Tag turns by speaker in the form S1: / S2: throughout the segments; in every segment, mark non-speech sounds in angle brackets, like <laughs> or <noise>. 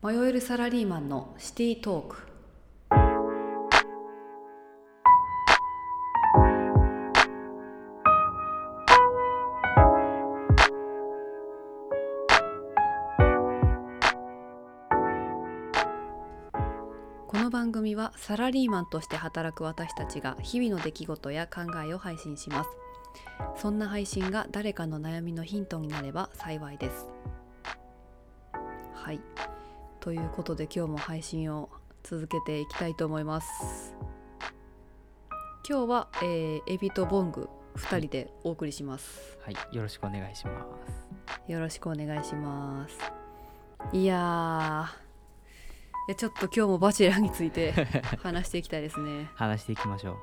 S1: 迷えるサラリーマンのシティトークこの番組はサラリーマンとして働く私たちが日々の出来事や考えを配信しますそんな配信が誰かの悩みのヒントになれば幸いですはいということで今日も配信を続けていきたいと思います今日は、えーエビとボング2人でお送りします、
S2: はい、よろしくお願いします。
S1: よろしくお願いしますいやーいやちょっと今日もバチェラーについ
S2: <laughs>
S1: て話していきたいですね
S2: 話していきましょ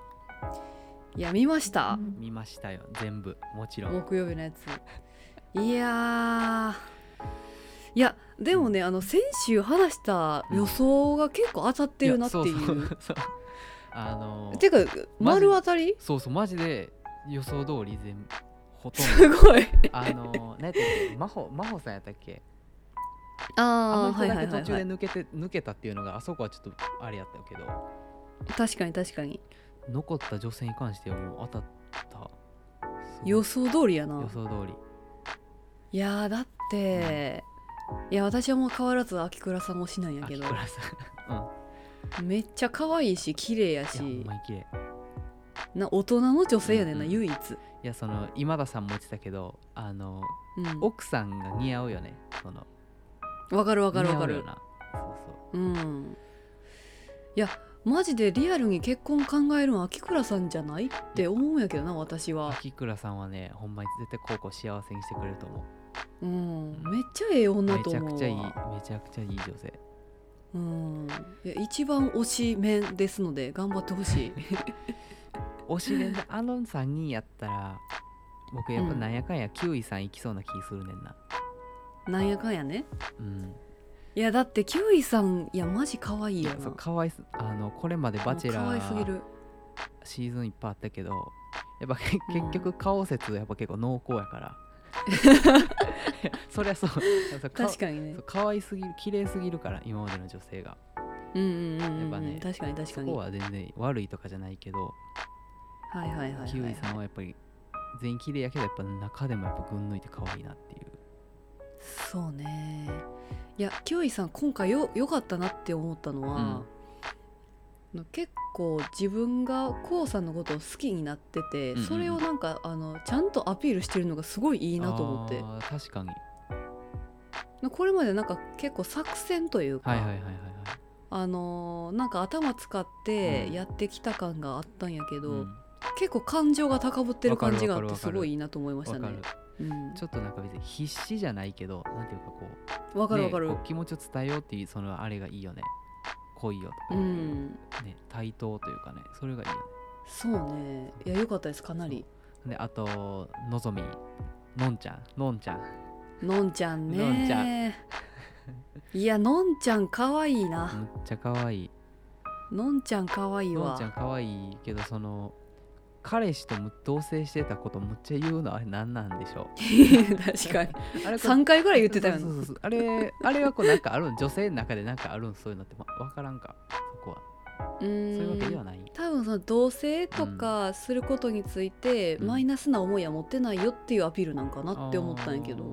S1: いや見ました
S2: う。見ましたよ、全部、もちろん。
S1: 木曜日のやついやーいやでもねあの先週話した予想が結構当たってるなっていう
S2: やそ
S1: <laughs>
S2: うそうそうあのー
S1: てか丸当たり
S2: そうそう、マジで予想通り全部、ほとんど。
S1: <laughs> すごい
S2: あのー、何やったっけ、真帆真帆さんやったっけ
S1: あ
S2: あ
S1: あ
S2: の
S1: は
S2: 人
S1: い
S2: だ
S1: は
S2: け
S1: い
S2: 途
S1: はい、は
S2: 中で
S1: い、
S2: 抜けて、抜けたっていうのが、あそこはちょっとあれやったけど、
S1: 確かに確かに
S2: 残った女性に関してはもう当たった。すごい
S1: 予想通りやな
S2: 予想通り。
S1: いやーだって、いや私はもう変わらず秋倉さん推しなんやけど
S2: 秋倉さん。うん。
S1: めっちゃ可愛いし綺麗や
S2: いや、ほん
S1: し
S2: まに綺麗。
S1: な大人の女性やねんな、
S2: うんうん
S1: 唯一、
S2: いや、その、今田さんも言ってたけど、あのー、
S1: うん、
S2: 奥さんが似合うよねその
S1: わかるわかるわか
S2: 似合うよ
S1: る
S2: なそうそう
S1: うんいやマジでリアルに結婚考えるの秋倉さんじゃないって思うんやけどな私は
S2: 秋倉さんはねほんまに絶対高校幸せにしてくれると思
S1: うんめっちゃええ
S2: う
S1: 女
S2: め
S1: と
S2: ちゃ
S1: 思うわ
S2: くちゃいいめちゃくちゃいい女性
S1: うんいや一番推し面ですので頑張ってほしい
S2: 推しでねあの3人やったら僕やっぱ
S1: うん
S2: なんやかんや9位さんいきそうな気するねんな
S1: なんやかんやね
S2: うん
S1: いやだってキウイさんいやマジ可愛い
S2: い
S1: よ
S2: や
S1: な
S2: そうかわいすあのこれまでバチェ
S1: もう
S2: ラ
S1: 可愛すぎ
S2: ー
S1: る
S2: シーズンいっぱいあったけどやっぱけ
S1: うん
S2: 結局顔説やっぱ結構濃厚やか
S1: <laughs>
S2: らいやそりゃそうそうか
S1: 確かにね
S2: そう可愛すぎる綺麗すぎるから今までの女性が
S1: うんうんうんうん、
S2: やっぱね
S1: 確かに確
S2: そ
S1: かに
S2: こは全然悪いとかじゃないけど、
S1: はいはいはいはい
S2: キウイさんはやっぱり全員綺麗やけどやっぱ中でもやっぱ群抜いて可愛いなっていう
S1: そうねいやキウイさん今回よ良かったなって思ったのは、の結構自分がこうさんのことを好きになってて、
S2: うんうんうん
S1: それをなんかあのちゃんとアピールしてるのがすごいい
S2: い
S1: いなと思って
S2: 確かに
S1: なこれまでなんか結構作戦というか、
S2: はいはいはいはいはい
S1: あのーなんか頭使ってやってきた感があったんやけど、結構感情が高ぶってる感じがあって
S2: わかるわかるわか
S1: す
S2: る
S1: ごいいいなと思いまし
S2: わ
S1: た
S2: か
S1: ね
S2: る。
S1: うん
S2: ちょっとなんか別に必死じゃないけどなんていうかこう
S1: わかるわかる
S2: ねこ。う気持ちを伝えようっていうそのあれがいいよね恋よ
S1: う
S2: とか、
S1: ん、
S2: ね対等というかねそれがいいよね
S1: そうね。いや良かったですかなり。
S2: であとのぞみのんちゃんのんちゃん
S1: のんちゃんね。
S2: のんちゃ
S1: <laughs> いやのんちゃん可愛いな。
S2: むっちゃ可愛い
S1: のんちゃん可愛い
S2: の
S1: わ
S2: んちゃ。ん可愛いけどその彼氏とむ同棲してたことむっちゃ言うのあれ何なんでしょ
S1: <laughs> 確かに。
S2: <laughs> うあれこう
S1: 三回ぐらい言ってたよ
S2: そう
S1: な。
S2: そうそうそうあれあれはこうなんかあるん女性の中でなんかあるんそういうのってわ分からんかそこは
S1: う
S2: そういうわけでは
S1: ん。
S2: ない
S1: 多分その同性とかすることについて
S2: うん
S1: マイナスな思いは持ってないよっていうアピールなんかなって思ったんやけど、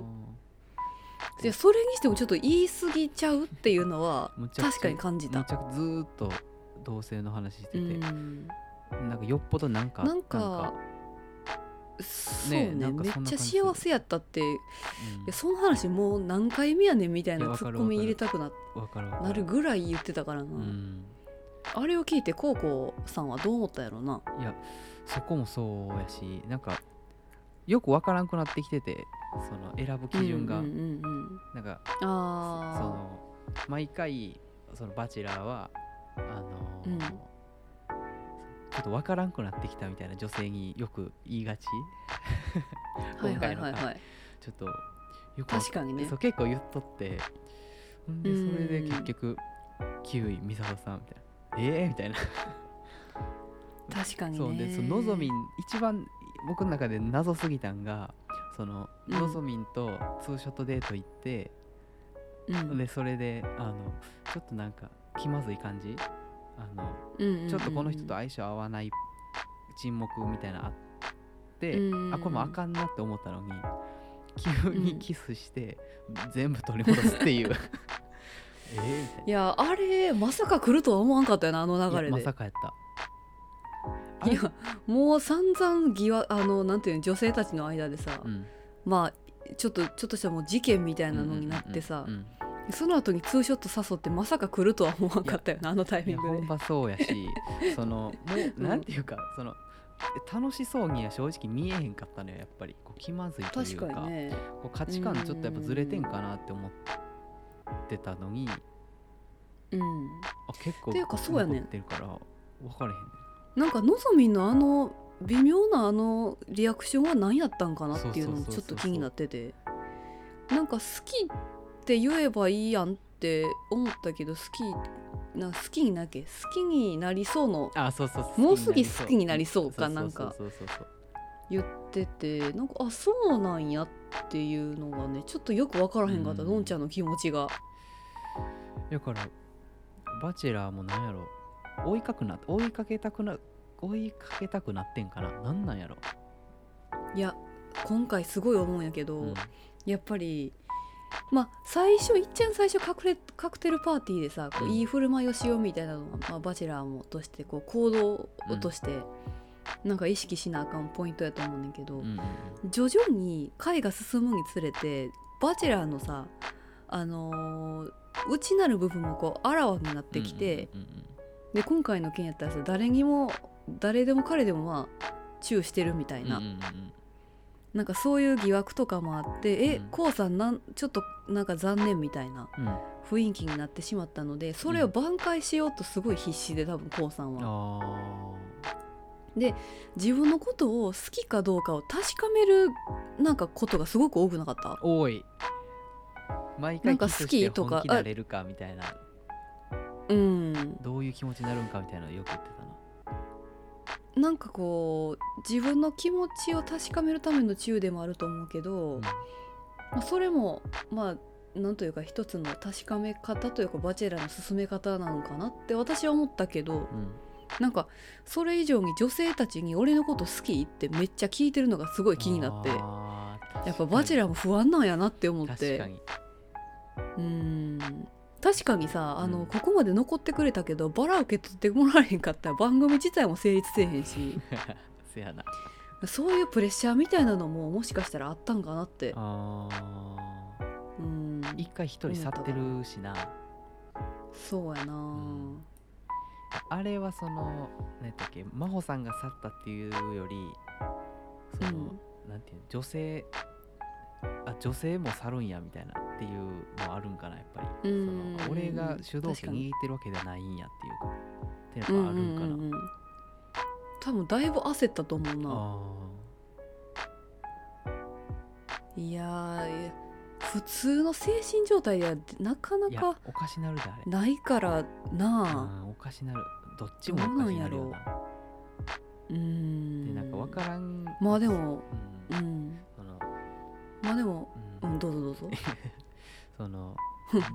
S1: いやそれにしてもちょっと言い過ぎちゃうっていうのは
S2: むちゃくちゃ
S1: 確かに感
S2: あ
S1: じ
S2: ー
S1: た
S2: めち。ゃくずーっと同性の話してて、
S1: うん
S2: なんかよっぽどなんか
S1: なんかそうね
S2: なんか
S1: めっ
S2: そんな
S1: ちゃ
S2: 感じする
S1: 幸せやったってい
S2: うん
S1: やその話もう何回目やねんみたい
S2: いや
S1: な
S2: わ
S1: ツ
S2: かる
S1: ッコミ入れたくな
S2: わかるわかる
S1: なるぐらい言ってたからな、
S2: うん
S1: あれを聞いてコウコウさんはどう思ったやろない
S2: やそこもそうやしなんかよく分からんくなってきててその選ぶ基準が、
S1: うんうんうんうん
S2: なんかそ
S1: あ
S2: の毎回その「バチェラーは」あのー
S1: うん
S2: ちょっと分からんくなってきたみたいな女性によく言いがち
S1: あはいはいはい
S2: 今回の
S1: はい
S2: ちょっとよくわ
S1: 確かにね
S2: そう結構言っとってほんで
S1: うん
S2: それで結局9位美里さんみたいな。えー、みたいな、
S1: 確かにね
S2: そうでそののぞみん一番僕の中で謎すぎたんがその
S1: うん
S2: のぞみんとツーショットデート行って、
S1: うん
S2: でそれであのちょっとなんか気まずい感じあの
S1: うんうんうん
S2: ちょっとこの人と相性合わない沈黙みたいなのあって、
S1: うん
S2: あこれもあかんなって思ったのに急
S1: う
S2: に
S1: ん
S2: キスして、全部取り戻すっていう <laughs> えーみたいない
S1: やあれまさか来るとは思わんかったよなあの流れで
S2: いやまさかやったあ
S1: い
S2: れ
S1: やもう散々疑惑あのなんていうの女性たちの間でさ、
S2: うん
S1: まあちょっとちょっとしたもう事件みたいなのになってさ、
S2: うんうんうんうん
S1: その後にツーショット誘ってまさか来るとは思わんかったよなあのタイ
S2: い
S1: ミン
S2: や
S1: グ
S2: ほ
S1: で
S2: んまそうや
S1: <laughs>
S2: しそのもう
S1: うん
S2: なんていうか、その楽しそうには正直見えへんかったのよやっぱりこう気まずいとい
S1: 確
S2: うか
S1: かにね
S2: こう価値観ちょっとやっぱずれてんかなって思ってたのにあ
S1: うん
S2: 結構
S1: っていうかそうやねん
S2: 残ってるから分からへんね
S1: なんかのぞみんのあの微妙なあのリアクションは何やったんかなっていうのも
S2: そう
S1: ちょ
S2: そう
S1: っ
S2: そうそ
S1: と
S2: う
S1: 気になっててなんか好きって言えばいいやんって思ったけど好きな好きになっけ好きになりそうの
S2: あそうそう
S1: もうすぐ好きになりそうかなんか
S2: そうそうそうそう
S1: 言っててなんかあそうなんやっていうのがねちょっとよく分からへんかった
S2: うん
S1: のんちゃんの気持ちが
S2: だからバチェラーもなんやろ追いかくな追いかけたくな追いかけたくなってんかななんなんやろ、
S1: いや今回すごい思うんやけど、
S2: うん
S1: やっぱりまあ最初いっちゃん最初カクレカクテルパーティーでさこう
S2: うん
S1: いい振る舞いをしようみたいなのが、まあ、バチェラーもとしてこう行動をとして、なんか意識しなあかんポイントやと思うねんだけど、
S2: うんうんうん
S1: 徐々に回が進むにつれてバチェラーのさあのー内なる部分もこうあらわになってきて、
S2: うんうんうんうん
S1: で今回の件やったらさ誰にも誰でも彼でもまあチューしてるみたいな、
S2: うんうんうん
S1: なんかそういう疑惑とかもあって、
S2: うん
S1: えこうさんなんちょっとなんか残念みたいな
S2: うんうん
S1: 雰囲気になってしまったのでそれを挽回しようとすごい必死で多分こうさんは
S2: あ
S1: 自分のことを好きかどうかを確かめるなんかことがすごく多くなかった
S2: ー多い毎
S1: な
S2: 回
S1: んか
S2: キス
S1: 好
S2: し
S1: き
S2: て
S1: とか
S2: 本気になれるかみたいな
S1: うん
S2: どういう気持ちになるんかみたいなのよく言ってたな
S1: なんかこう自分の気持ちを確かめるための治癒でもあると思うけど、
S2: うん
S1: まあ、それもまあなんというか一つの確かめ方というかバチェラーの進め方なのかなって私は思ったけど、
S2: うん
S1: なんかそれ以上に女性たちに俺のこと好きってめっちゃ聞いてるのがすごい気になってや
S2: や
S1: っぱバチェラーも不安なんやなって思っ
S2: 確か
S1: て
S2: に
S1: うーん確かにさあの、
S2: うん
S1: ここまで残ってくれたけどバラ受け取ってもらえへんかったら番組自体も成立せえへんし
S2: <laughs> せやな
S1: そういうプレッシャーみたいなのももしかしたらあったんかなって
S2: あー
S1: うーん
S2: 一回一人去ってるしな、
S1: そうやな、
S2: んあれはその何やったっけ真帆さんが去ったっていうよりその、なんていうの女性あ女性も去るんやみたいなっていうのはあるんかなやっぱり、
S1: うん
S2: その俺が主導
S1: 確
S2: 権
S1: かに
S2: 握ってるわけではないんやっていうかって
S1: う
S2: いうんのはあるんかな、
S1: うんうんうん多分だいぶ焦ったと思うな
S2: あ
S1: いやー普通の精神状態ではなか
S2: あ
S1: ない
S2: や
S1: か
S2: おかしなるであれ
S1: ないからなあ
S2: うんおかしなるどっちもおかしなるよ
S1: どうなんや
S2: な
S1: うーん
S2: でなんか分からん
S1: まあでもう
S2: う
S1: んん
S2: その
S1: まあでも
S2: う
S1: うんんどうぞどうぞ、
S2: <laughs>
S1: <laughs>
S2: その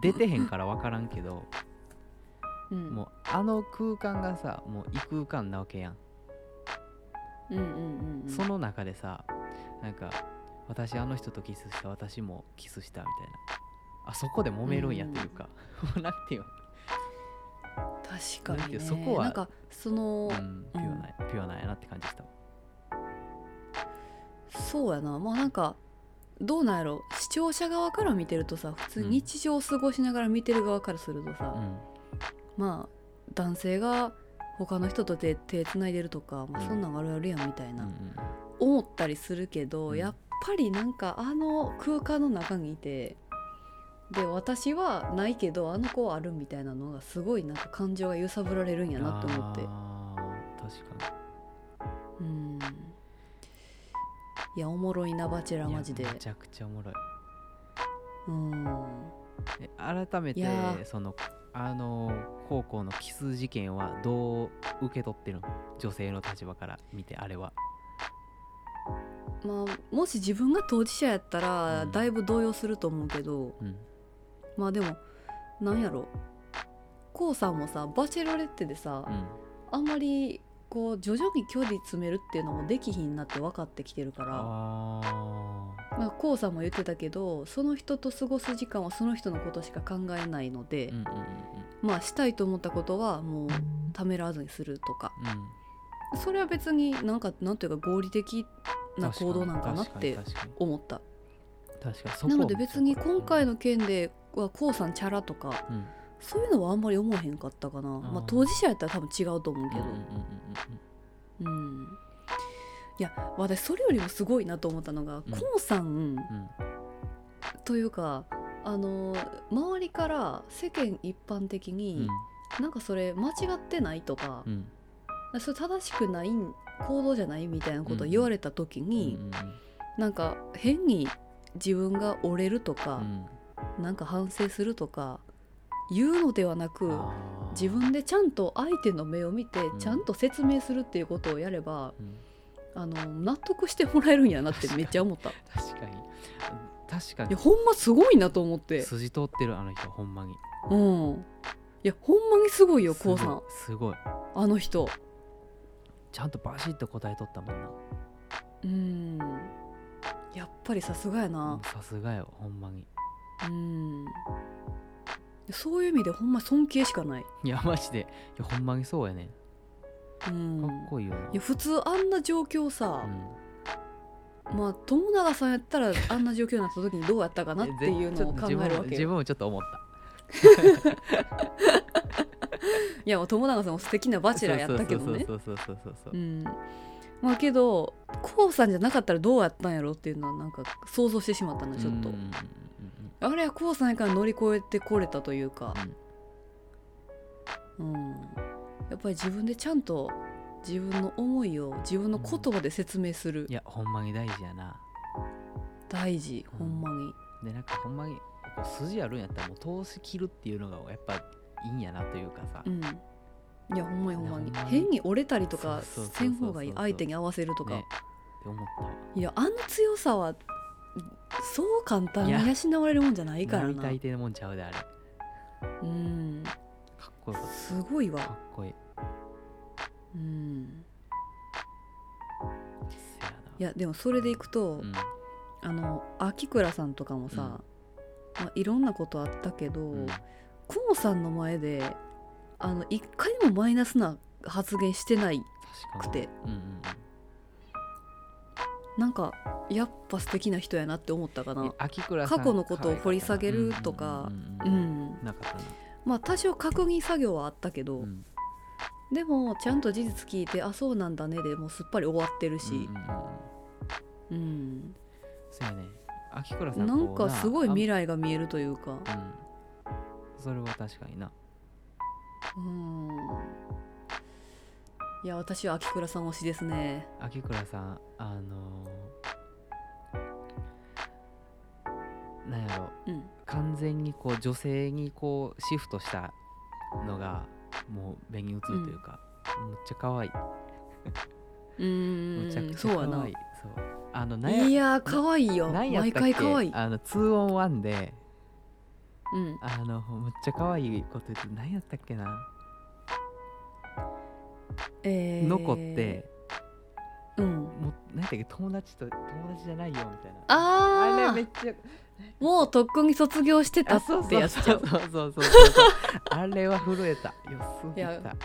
S2: 出てへんから分からんけど
S1: うん、
S2: もうあの空間がさもう異空間なわけやん
S1: うんうんうんうん
S2: その中でさなんか私あの人とキスした私もキスしたみたいなあそこで揉めるんやというか、なんていう
S1: 確か
S2: なん
S1: に、ね、
S2: ていうそこは
S1: なんかその、
S2: の、うん、ピュアなピュアなんやなって感じした
S1: そうやなまあなんかどうなんやろ視聴者側から見てるとさ普通
S2: うん
S1: 日常を過ごしながら見てる側からするとさ、
S2: うん
S1: まあ男性が他の人と手手つないでるとか、まあ、
S2: うん
S1: そんなんあるあるやんみたいな、
S2: うんうん
S1: 思ったりするけど、
S2: うん
S1: やっぱりなんかあの空間の中にいてで私はないけどあの子はあるみたいなのがすごいなんか感情が揺さぶられるんやなと思って
S2: あー確か
S1: うんいやおもろいなバチェラ
S2: に
S1: マジで
S2: いやめちゃくちゃおもろい
S1: うん
S2: え改め
S1: い
S2: て
S1: やー
S2: そのあの高校のキス事件はどう受け取ってるの女性の立場から見てあれは
S1: まあもし自分が当事者やったら、
S2: うん
S1: だいぶ動揺すると思うけど
S2: うん
S1: まあでもなんやろこうさんもさバチェロレッテでさ、
S2: うん
S1: あんまりこう徐々に距離詰めるっていうのもできひんなって分かってきてるから
S2: ああ
S1: まあ、こうさんも言ってたけどその人と過ごす時間はその人のことしか考えないので、
S2: うんうんうん
S1: まあしたいと思ったことはもうためらわずにするとか
S2: うん
S1: それは別になんかなんていうか合理的
S2: うん
S1: な行動なんかなっ
S2: 確に
S1: て
S2: 確かに
S1: 思った
S2: 確かにそこ
S1: な
S2: は
S1: ので別に今回
S2: の、
S1: の件ではこうさんチャラとか
S2: うん
S1: そういうのはあんまり思わへんかったかな、まあ、当事者やったら多分違うと思うけ
S2: うん
S1: ど
S2: うんうんうんう
S1: う
S2: ん
S1: んいや私それよりもすごいなと思ったのが、
S2: ん
S1: こうさん
S2: うん
S1: というかあの周りから世間一般的
S2: うん
S1: に、なんかそれ間違ってないとか
S2: う、ん
S1: それ正しくない行動じゃないみたいなことを言われた時に、
S2: うん
S1: なんか変に自分が折れると
S2: う
S1: か、
S2: ん
S1: なんか反省するとか言うのではな
S2: う
S1: く
S2: んあー
S1: 自分でちゃんと相手の目を見て
S2: ん
S1: ちゃんと説明するっていうことをやれば、
S2: うん
S1: あの納得してもらえるんやなってめっちゃ思ったい
S2: 確かに確か
S1: や
S2: に
S1: ほんますごいなと思って
S2: 筋通ってるあの人ほんまに
S1: うんいやほんまにすごいよ
S2: す
S1: こう
S2: ごい
S1: さん
S2: すごい
S1: あの人
S2: ちゃんとバシッと答えとったもんな
S1: うんやっぱりさすがや
S2: も
S1: な
S2: うさすがよほんまに
S1: うんそういう意味でほんま尊敬しかない、
S2: いやマジでいやほんまにそうやね
S1: うん、
S2: かっこいいよな、
S1: いや普通あんな状況さ、
S2: うん
S1: まあ友永さんやったらあんな状況になった時にどうやったかなっていうのを考えるわけ
S2: 自
S1: よ
S2: 分もちょっと思った
S1: いやもう友永さんも素敵なバチェラーやったけどね
S2: そうそうそうそうそう
S1: う
S2: そうそう、
S1: んまあけどこうさんじゃなかったらどうやったんやろっていうのはなんか想像してしまったなちょっと
S2: うんうんうん
S1: あれはこうさんやから乗り越えてこれたというかうんやっぱり自分でちゃんと自分の思いを自分の言葉で説明する
S2: うんいやほんまに大事やな
S1: 大事
S2: う
S1: ほ
S2: ん
S1: んまに
S2: でなんかほんまにこう筋あるんやったらもう通し切るっていうのがやっぱいいんやなというかさ、
S1: うんいやほんまにほんまに
S2: いやほんまに
S1: 変に折れたりとか
S2: そうそうそうそう
S1: せん方がいい相手に合わせるとか
S2: ねって思ったわ
S1: いやあの強さはそう簡単に養われるもんじゃないから
S2: 並
S1: な
S2: 大抵のもんちゃうであれかっ
S1: うん
S2: こよかっ
S1: すごい
S2: たか
S1: わ
S2: っこいい
S1: うん
S2: せやない
S1: やでもそれでいくと、
S2: うん
S1: あの秋倉さんとかもさ、まあ、いろんなことあったけど、
S2: うん
S1: コモさんの前であの一回もマイナスな発言してない
S2: 確
S1: く
S2: かに
S1: て
S2: うんうん
S1: なんかやっぱ素敵な人やなって思ったか
S2: うん
S1: な
S2: え秋倉さん
S1: 過去のことを掘り下げるとかう
S2: うんうんうんうん
S1: ん
S2: なかったな
S1: まあ多少確認作業はあったけど、
S2: うん
S1: でもちゃんと事実聞いてあそうなんだねでもうすっぱり終わってるし
S2: うんうんうんうん
S1: うん、
S2: そうやね秋倉さん
S1: なんかすごい未
S2: 来
S1: 来が見えるというか
S2: うんそれは確かにな
S1: うんいや私は秋倉さん推しですね
S2: 秋倉さんあのーなんやろ
S1: うん
S2: 完全にこう女性にこうシフトしたのがもう目に映るというか、むっちゃ可愛いむちゃ
S1: う
S2: く
S1: ん
S2: ち
S1: そ
S2: ゃ
S1: うや
S2: 可
S1: な
S2: 愛いそうあのなん
S1: い
S2: や
S1: やー可愛いよ
S2: なんやった
S1: 毎
S2: っけ
S1: 回可愛い
S2: あの 2on1 で
S1: うん
S2: あのむっちゃ可愛いこと言って何やったっけな、
S1: えー
S2: のこって
S1: うん
S2: もう何やったっけ友達と友達じゃないよみたいなあ
S1: あ
S2: れめ
S1: ー
S2: っちゃ
S1: もうとっくに卒業してた
S2: あ
S1: っ
S2: そう
S1: て
S2: そう
S1: やつち
S2: そ
S1: ゃう
S2: うそうそうそうそうあれは震えたよすぎ
S1: い
S2: た
S1: や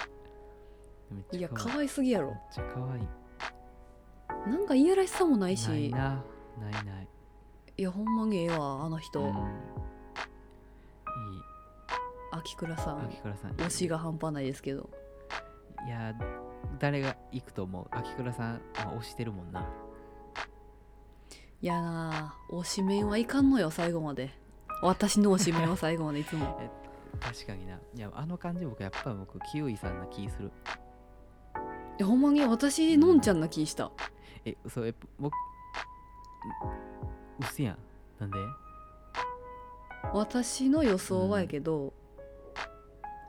S2: めっ
S1: い
S2: ちゃ
S1: や
S2: 可愛
S1: 可
S2: い
S1: 愛すぎや
S2: めっ
S1: ろ
S2: ちゃ可愛い
S1: なんかいやらしさもないし
S2: ない
S1: い
S2: なないない
S1: やほんまにええわあの人、
S2: うんいい
S1: 秋倉さん
S2: 秋倉さんいい
S1: 推しが半端ないですけど
S2: いや誰が行くと思う秋倉さん、まあ、推してるもんない
S1: やなあ推しメンはいかんのよ最後まで私の推しメンは最後までいつも
S2: 確かにないやあの感じ僕やっぱ僕キウイさんな気する
S1: いやほんまに私のんちゃんな気した
S2: えそうえ僕うすやんなんで
S1: 私の予想はやけど、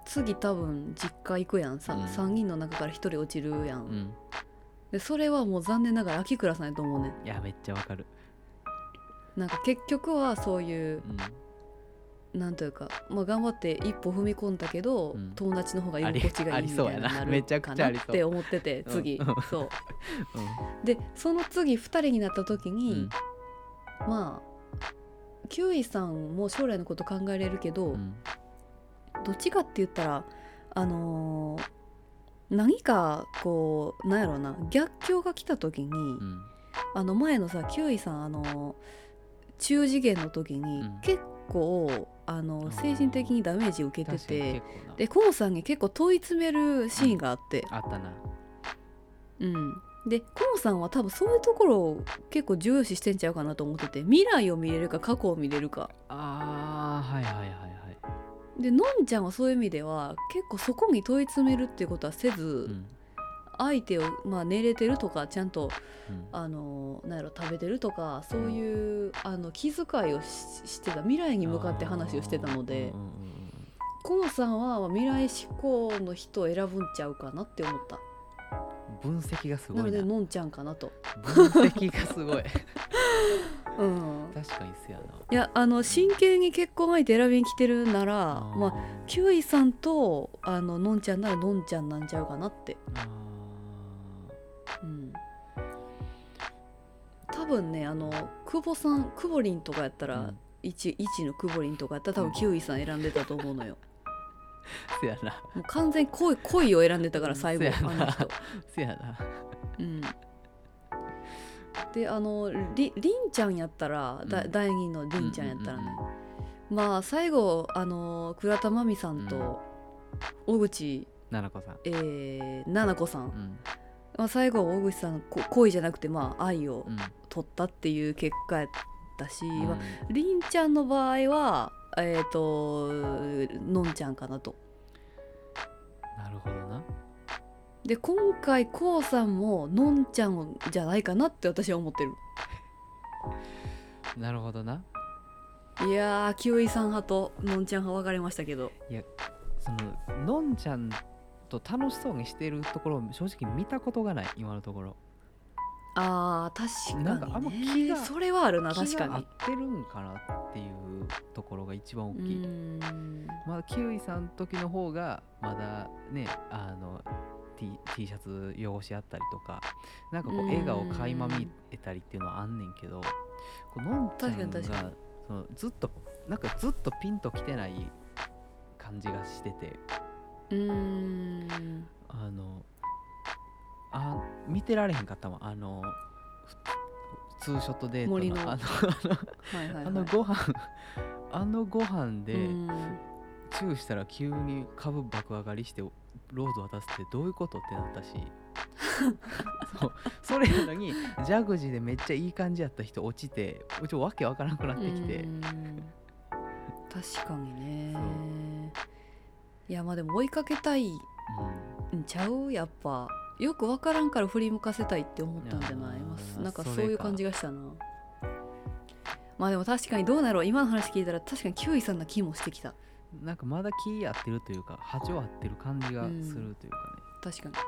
S1: 次多分実家行くやんさ、
S2: うん
S1: 3人の中から1人落ちるやん、
S2: うん
S1: でそれはもう残念ながら秋倉さんやと思うねん
S2: いやめっちゃわかる
S1: なんか結局はそういう
S2: うん
S1: なんというか、まあ、頑張って一歩踏み込んだけど、
S2: うん
S1: 友達の方が居心地が
S2: あ
S1: いい
S2: り
S1: みたいに
S2: ありそうや
S1: な
S2: な
S1: る
S2: めちゃ
S1: か
S2: くちゃ
S1: な
S2: あ
S1: っ
S2: りそう
S1: て思ってて
S2: うん
S1: 次、
S2: うん
S1: そう
S2: うん
S1: でその次2人になった時に、
S2: うん
S1: まあキウイさんも将来のこと考えれるけど、
S2: うん
S1: どっちかって言ったらあのー何かこうなんやろうな逆境が来た時に、
S2: うん
S1: あの前のさキウイさんあの中次元の時に
S2: うん
S1: 結構、あの
S2: ー
S1: 精神的にダメージ受けて
S2: 確かに
S1: て
S2: 結構な
S1: でコウさんに結構問い詰めるシーンがあって、
S2: あったな
S1: うんでコウさんは多分そういうところを結構重視してんちゃうかなと思ってて未来を見れるか過去を見れるか
S2: あーはいはいはいはい
S1: でのんちゃんはそういう意味では結構そこに問い詰めるっていうことはせず、
S2: うん
S1: 相手を、まあ、寝れてるとかちゃんと
S2: うん
S1: あのなんやろ食べてるとかそういう、あの気遣いをししてた未来に向かって話をしてたので
S2: あーうんうんうんうん
S1: コモさんは未来志向の人を選ぶんちゃうかなって思った
S2: 分析がすご
S1: ないの
S2: な
S1: でのんちゃんかなと、
S2: 分析がすご
S1: <laughs>
S2: い
S1: うん、
S2: 確かにせやない
S1: やあの真剣に結婚相手選びに来てるなら
S2: あー
S1: まあキウイさんとあののんちゃんならのんちゃんなんちゃうかなって、
S2: あ
S1: うん、多分ねあの久保さん久保りんとかやった
S2: ー
S1: ら、
S2: うん
S1: 一一のクボリンとかやったら多
S2: う
S1: 分
S2: ん
S1: キウイさん選んでたと思うのよ、
S2: せやな
S1: もう完全に恋恋を選んでたから最後
S2: そうや
S1: あ
S2: な
S1: の人
S2: せやな
S1: うんであのりりんちゃんやったら、だ
S2: うん
S1: 第2のりんちゃんやったらね、
S2: うううん
S1: まあ最後あの倉田真美さんと小口、
S2: ななこさん
S1: えー、奈々子さん、
S2: うん
S1: まあ、最後は小口さんこ恋じゃなくてまあ愛を
S2: うん
S1: 取ったっていう結果やったし、
S2: うん
S1: まありんちゃんの場合はえっ、とのんちゃんかなと
S2: なるほどな
S1: で今回こうさんものんちゃんじゃないかなって私は思ってる
S2: なるほどない
S1: やーキウイさん派とのんちゃん派分かれましたけど
S2: そののんちゃんと楽しそうにしてるところを正直見たことがない今のところ
S1: あー確かに、ね、
S2: なんかあんま気が
S1: それはあるな確
S2: 気
S1: か
S2: が合
S1: に
S2: ってるんかなっていうところが一番大
S1: う
S2: きい、
S1: ーん
S2: まだキウイさんの時の方がまだねあの T, T シャツ汚しあったりとかなんかこう
S1: うん
S2: 笑顔垣間見えたりっていうのはあんねんけどこうのんちゃん
S1: 確かに確か
S2: が
S1: に
S2: そのずっとなんかずっとピンときてない感じがしてて
S1: うーん
S2: あのあ見てられへんかったもんあのふツーショットデート
S1: 森
S2: の
S1: の
S2: あのあの
S1: はいはいはい
S2: あのご飯あのご飯で。
S1: うーん
S2: チューしたら急に株爆上がりしてローズ渡すってどういうことってなったし
S1: <laughs>
S2: そうそれやのにジャグジーでめっちゃいい感じやった人落ちてうちわけわからなくなってきて
S1: うーん確かにね
S2: そう
S1: いやまあでも追いかけたいんちゃうやっぱよく分からんから振り向かせたいって思ったんじゃない
S2: いやー
S1: まあなんか
S2: それ
S1: そういう
S2: か
S1: 感じがしたなまあでも確かにどうなろう今の話聞いたら確かにキウイさんな気もしてきた
S2: うんなんかまだ気合ってるというか波長合ってる感じがするというかね、
S1: 確か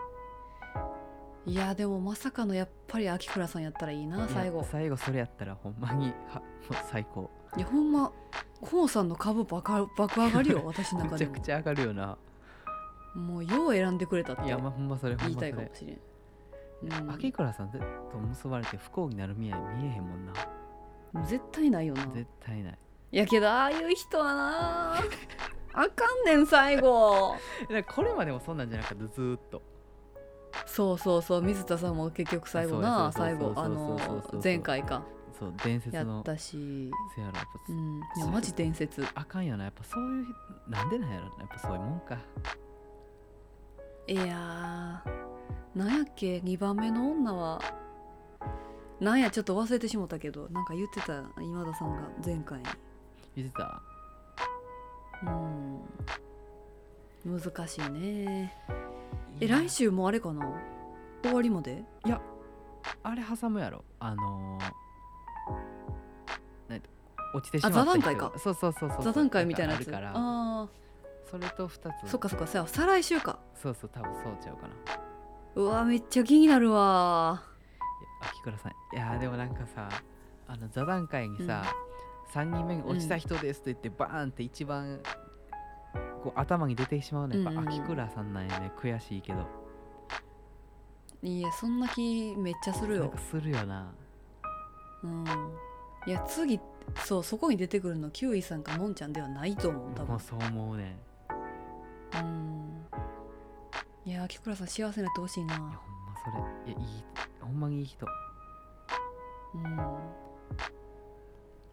S1: にいやでもまさかのやっぱり秋倉さんやったらいいない
S2: や
S1: 最後
S2: 最後それやったらほんまにはもう最高
S1: いやほんまコウさんの株爆 <laughs> 爆上がりよ私の
S2: め
S1: 中
S2: ち
S1: で
S2: ゃ
S1: も
S2: くちゃ上がるよな
S1: もうよう選んでくれたって
S2: いやまあほんまそれほ
S1: 言
S2: ん
S1: い
S2: まそ
S1: たい
S2: れ
S1: かもしれん、うん、
S2: 秋倉さんと結ばれて不幸になる未来見えへんもんな
S1: 絶対ないよな
S2: 絶対ない
S1: やけどああいう人はなあかんねん最後
S2: だからこれまでもそんなんじゃなかったずーっと
S1: そうそうそう水田さんも結局最後な
S2: そう
S1: 最
S2: やそ
S1: 後
S2: うそう
S1: あ
S2: そうそう
S1: の
S2: そうそうそう
S1: 前回か
S2: そう伝説
S1: や
S2: の
S1: ったし
S2: せやろやっぱ、
S1: うんいやマジ伝説
S2: あかんよなやっぱそういうなんでなんやろなやっぱそういうもんか
S1: いやーなんやっけ2番目の女はなんやちょっと忘れてしもたけどなんか言ってた今田さんが前回に
S2: 言ってた
S1: うん難しいねえ
S2: いや
S1: 来週もあれかな終わりまで
S2: あれ挟むやろあのーなんやった落ちてしま
S1: あ
S2: った人
S1: 座談会か
S2: そうそうそうそう
S1: 座談会みたいなやつ
S2: んかあるから
S1: あ
S2: それと2
S1: あ
S2: つ
S1: そっかそっかさ再来週か
S2: そうそう多分そうちゃうかないう
S1: わめっちゃ気になるわ
S2: や秋倉さんいやーでもなんかさあの座談会にさ、 3人目に落ちた人ですと言って、バーンって一番こう頭に出てしまうのはやっぱ
S1: うんうんうん
S2: 秋倉さんなんやね悔しいけど
S1: いやそんな気めっちゃする
S2: なん
S1: よ
S2: か、するよな
S1: うん、いや次そうそこに出てくるのキウイさんかのんちゃんではないと思う多
S2: も
S1: 分
S2: うそう思うねんい
S1: うんいや秋倉さん幸せになってほしい
S2: や
S1: な
S2: ほんまそれいやいいほんまにいい人
S1: うん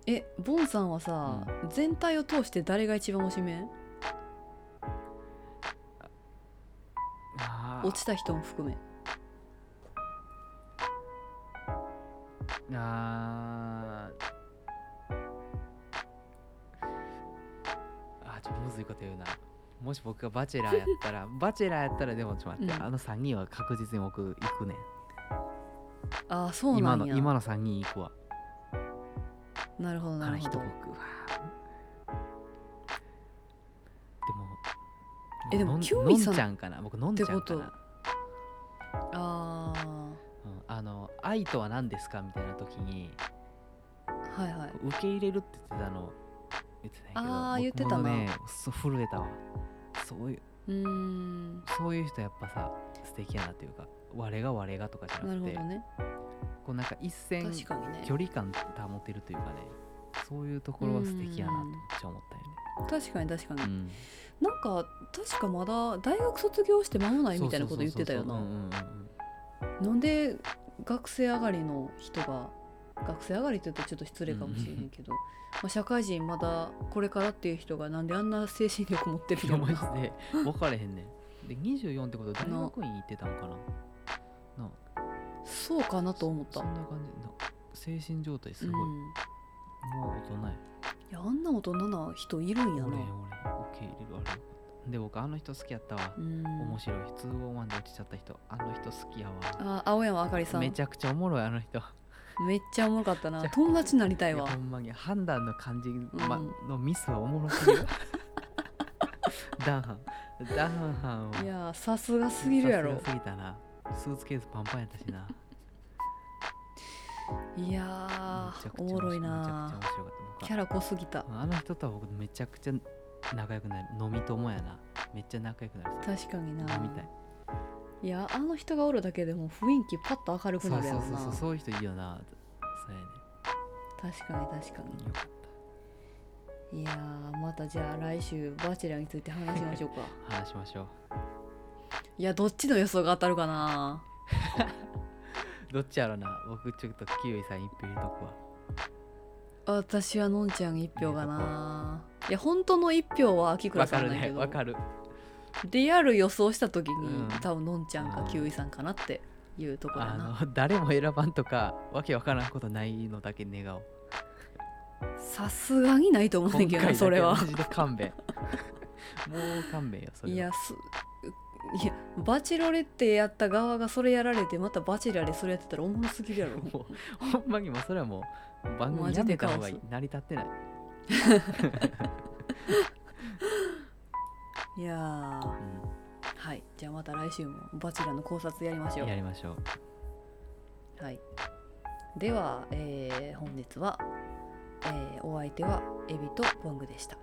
S1: えボンさんはさ、全体を通して誰が一番推しメン
S2: あー
S1: 落ちた人も含め
S2: あーあーちょっとむずいこと言うなもし僕がバチェラーやっ
S1: <laughs>
S2: たらバチェラーやったらでもちょっと待って、
S1: うん
S2: あの3人は確実に僕行くね
S1: ああそうな
S2: 今
S1: ん
S2: の
S1: や
S2: 今の3人行くわ
S1: なるほど
S2: あ
S1: な
S2: の
S1: るほ
S2: 人
S1: ど
S2: 僕はでも
S1: えでも
S2: のん
S1: キュウイさん
S2: のんちゃんかな僕のんちゃんかな
S1: ってことあ
S2: うんあの愛とは何ですかみたいな時に
S1: あはいはい
S2: 受け入れるって言ってたの言ってたんやけど
S1: あー
S2: 僕
S1: 言ってたな
S2: もねそう震えたわそういう
S1: うーん
S2: そういう人やっぱさ素敵やなというか我が我がとかじゃ
S1: な
S2: な
S1: る
S2: く
S1: ほど
S2: て
S1: ね
S2: こうなんか一線
S1: 確かにね
S2: 距離感保てるというかねそういうところは素敵やなとめっちゃ思ったよね
S1: 確かに確かに、
S2: うん
S1: なんか確かまだ大学卒業して間もないみたいなこと言ってたよ
S2: そう
S1: な
S2: そうそうそううんうんうん
S1: なんで学生上がりの人が学生上がりって言うとちょっと失礼かもしれへんけど、まあ、社会人まだこれからっていう人がなんであんな精神力持ってる
S2: い
S1: の
S2: や <laughs>
S1: か
S2: マジ
S1: な
S2: で分かれへんねんで24ってことは大学院行ってたんかなな
S1: そうかなと思った
S2: そんな感じな精神状態す
S1: う
S2: ごい、も
S1: ん、
S2: う大人や
S1: いやあんな大人な人いるんや
S2: 俺
S1: な
S2: 俺受け入れるあれよかったで僕あの人好きやったわ、
S1: うん
S2: 面白い通報まで落ちちゃった人あの人好きやわ
S1: あ青山あかりさん
S2: め
S1: め
S2: ちゃくちゃおもろいあの人
S1: っちゃおもろかった
S2: じ
S1: な
S2: ゃ
S1: 友達になりた
S2: い
S1: い
S2: や
S1: わ
S2: ほんまに判断の感じ、ま
S1: う
S2: のミスはおもろすぎる <laughs> ダンハンダンハンはい
S1: やさすがすぎるやろ
S2: さすがすぎたなスーツケースパンパンやったしな
S1: いや
S2: めちゃくち
S1: ー
S2: ゃ
S1: おもろいな
S2: めちゃくちゃ面白かった僕は
S1: キャラ濃すぎた
S2: あの人とは僕めちゃくちゃ仲良くなる飲み友やなめっちゃ仲良くなる
S1: 確かにな
S2: 飲みたい
S1: いやあの人がおるだけでもう雰囲気パッと明る
S2: そ
S1: くな
S2: うそう
S1: るやろ
S2: そう
S1: な
S2: そうそういう人いいよなそうやね
S1: 確かに確か
S2: よかっ
S1: にいやーまたじゃあ来週バチェラーについて話しましょうか <laughs>
S2: た話しましょう
S1: いやどっちの予想が当たるかな
S2: どっちやろな僕ちょっとキウイさん一票入れとくわ
S1: 私はのんちゃん一票かないや本当の一票は秋倉
S2: わ
S1: さ
S2: か
S1: ん
S2: る
S1: だけ
S2: ね
S1: ど、
S2: わかる
S1: リアル予想した時に、
S2: うん
S1: 多分のんちゃん
S2: う
S1: か
S2: ん
S1: キウイさんかなっていうところやな
S2: あの誰も選ばんとかわけわからんことないのだけ願おう
S1: <laughs> さすがにないと思うねんだけど
S2: だ
S1: な
S2: け
S1: それは
S2: マジで勘弁もう勘弁よそれはい
S1: やすいやバチロレってやった側がそれやられてまたバチェラーでそれやってたらおもろすぎ
S2: <laughs>
S1: るやろ
S2: もうほんまにもうそれはもう番組やめた方がいい
S1: マジでカオ
S2: 成り立ってない
S1: いやーはいじゃあまた来週もバチェラーの考察やりまし
S2: う
S1: ょ
S2: ん
S1: う
S2: やりましょう
S1: はい、では、えー本日は、えーお相手はエビとボングでした